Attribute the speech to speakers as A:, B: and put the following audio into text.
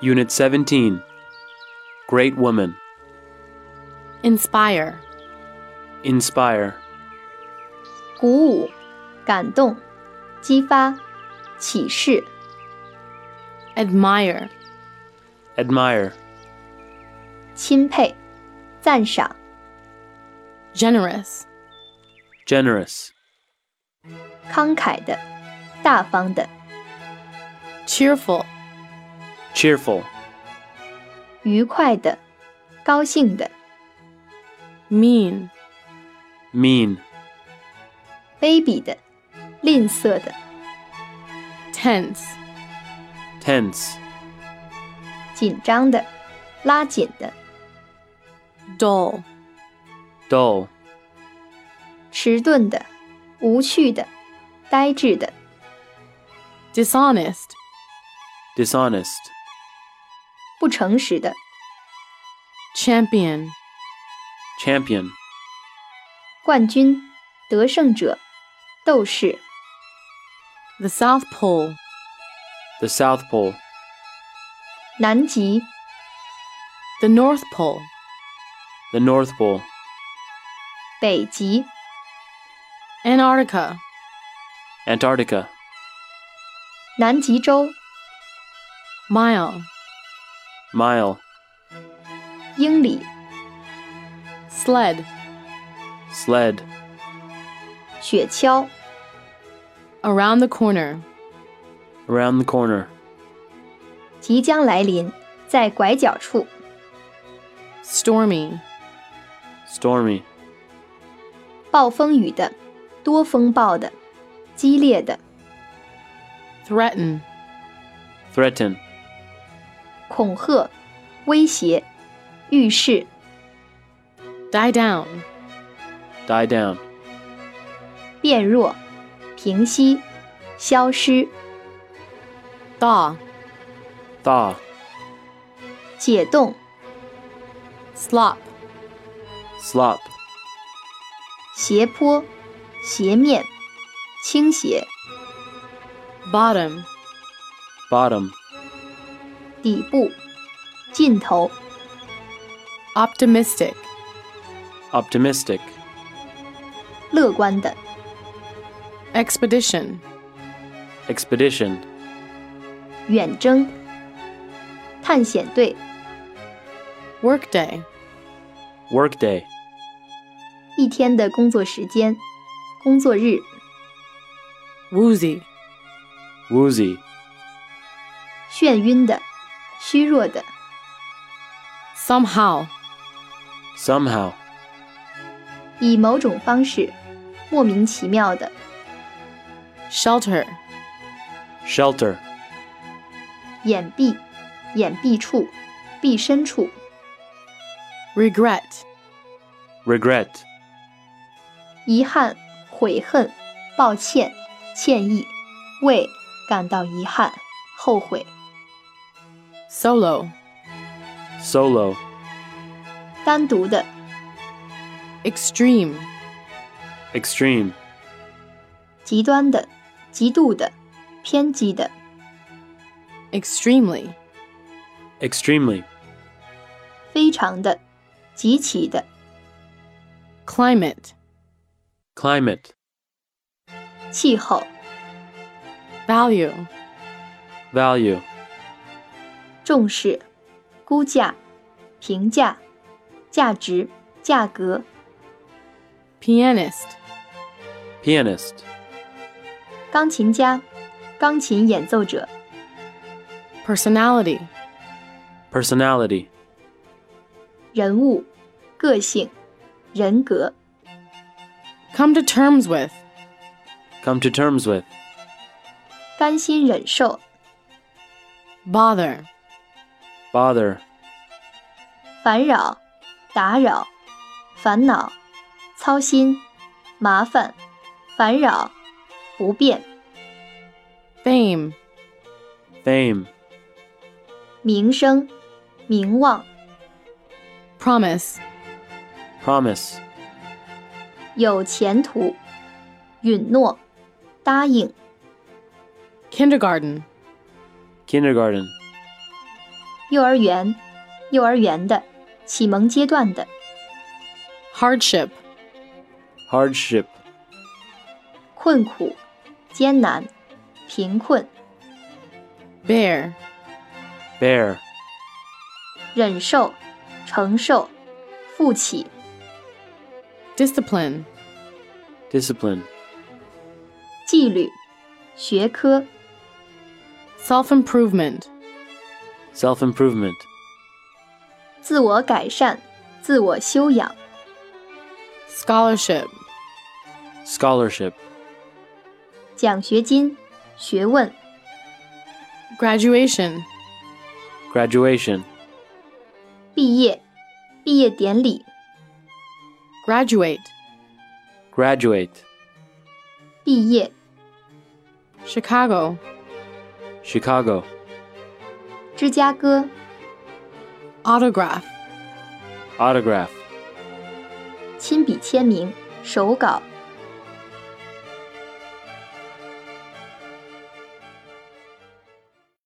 A: Unit 17 Great Woman
B: inspire,
A: Inspire
C: 鼓舞、感动、激发、启示、
B: admire,
A: Admire
C: 钦佩、赞赏、
B: generous,
A: Generous
C: 慷慨的、大方的、
B: cheerful,
A: Cheerful
C: 愉快的、高兴的、
B: mean,
A: Mean
C: 卑鄙的、吝啬的、
B: tense,
A: Tense
C: 紧张的、拉紧的、
B: dull,
A: Dull
C: 迟钝的、无趣的、呆滞的、
B: dishonest,
A: Dishonest
C: 不诚实的、
B: champion,
A: Champion
C: 冠军、得胜者、斗士、
B: the South Pole,
A: The South Pole
C: 南极、
B: the North Pole,
A: The North Pole
C: 北极、
B: Antarctica,
A: Antarctica
C: 南极洲、
B: mile,
A: Mile
C: 英里、
B: sled,
A: Sled
C: 雪橇、
B: around the corner,
A: Around the Corner
C: 即将来临，在拐角处，
B: stormy,
A: Stormy
C: 暴风雨的，多风暴的，激烈的，
B: threaten,
A: Threaten
C: 恐吓、威胁、预示、
B: die down,
A: Die Down
C: 变弱、平息、消失、
B: thaw,
A: Thaw
C: 解冻、
B: slop,
A: Slop
C: 斜坡、斜面、倾斜、
B: bottom,
A: Bottom
C: 底部、尽头、
B: optimistic,
A: Optimistic
C: 乐观的、
B: expedition,
A: Expedition
C: 远征、探险队、
B: workday,
A: Workday
C: 一天的工作时间、工作日、
B: woozy,
A: Woozy
C: 眩晕的、虚弱的、
B: somehow,
A: Somehow
C: 以某种方式、莫名其妙的、
B: shelter,
A: Shelter
C: 掩蔽、掩蔽处、避身处、
B: regret,
A: Regret
C: 遗憾、悔恨、抱歉、歉意、为感到遗憾、后悔、
B: solo,
A: Solo
C: 单独的、
B: extreme,
A: Extreme
C: 极端的、极度的、偏激的、
B: extremely,
A: Extremely
C: 非常的、极其的、
B: climate,
A: Climate
C: 气候、
B: value,
A: Value
C: 重视、估价、评价、价值、价格、
B: pianist,
A: Pianist
C: 钢琴家、钢琴演奏者、
B: personality,
A: Personality
C: 人物、个性、人格、
B: come to terms with,
A: Come to terms with
C: 甘心忍受、
B: bother,
A: Bother
C: 烦扰、打扰、烦恼、操心、麻烦、烦扰、不便、
B: fame,
A: Fame
C: 名声、名望、
B: promise,
A: Promise
C: 有前途、允诺、答应、
B: kindergarten,
A: Kindergarten
C: 幼儿园、幼儿园的、启蒙阶段的、
B: hardship,
A: hardship,
C: 困苦、艰难、贫困、
B: bear,
A: bear,
C: 忍受、承受、负起、
B: discipline,
A: discipline,
C: 纪律、学科、
B: self improvement,
A: self improvement,
C: 自我改善、自我修养、
B: scholarship,
A: scholarship,
C: 奖学金、学问、
B: graduation,
A: graduation,
C: 毕业、毕业典礼、
B: graduate,
A: graduate,
C: 毕业、
B: Chicago,
A: Chicago,
C: 芝加哥、
B: autograph,
A: autograph,
C: 亲笔签名、手稿、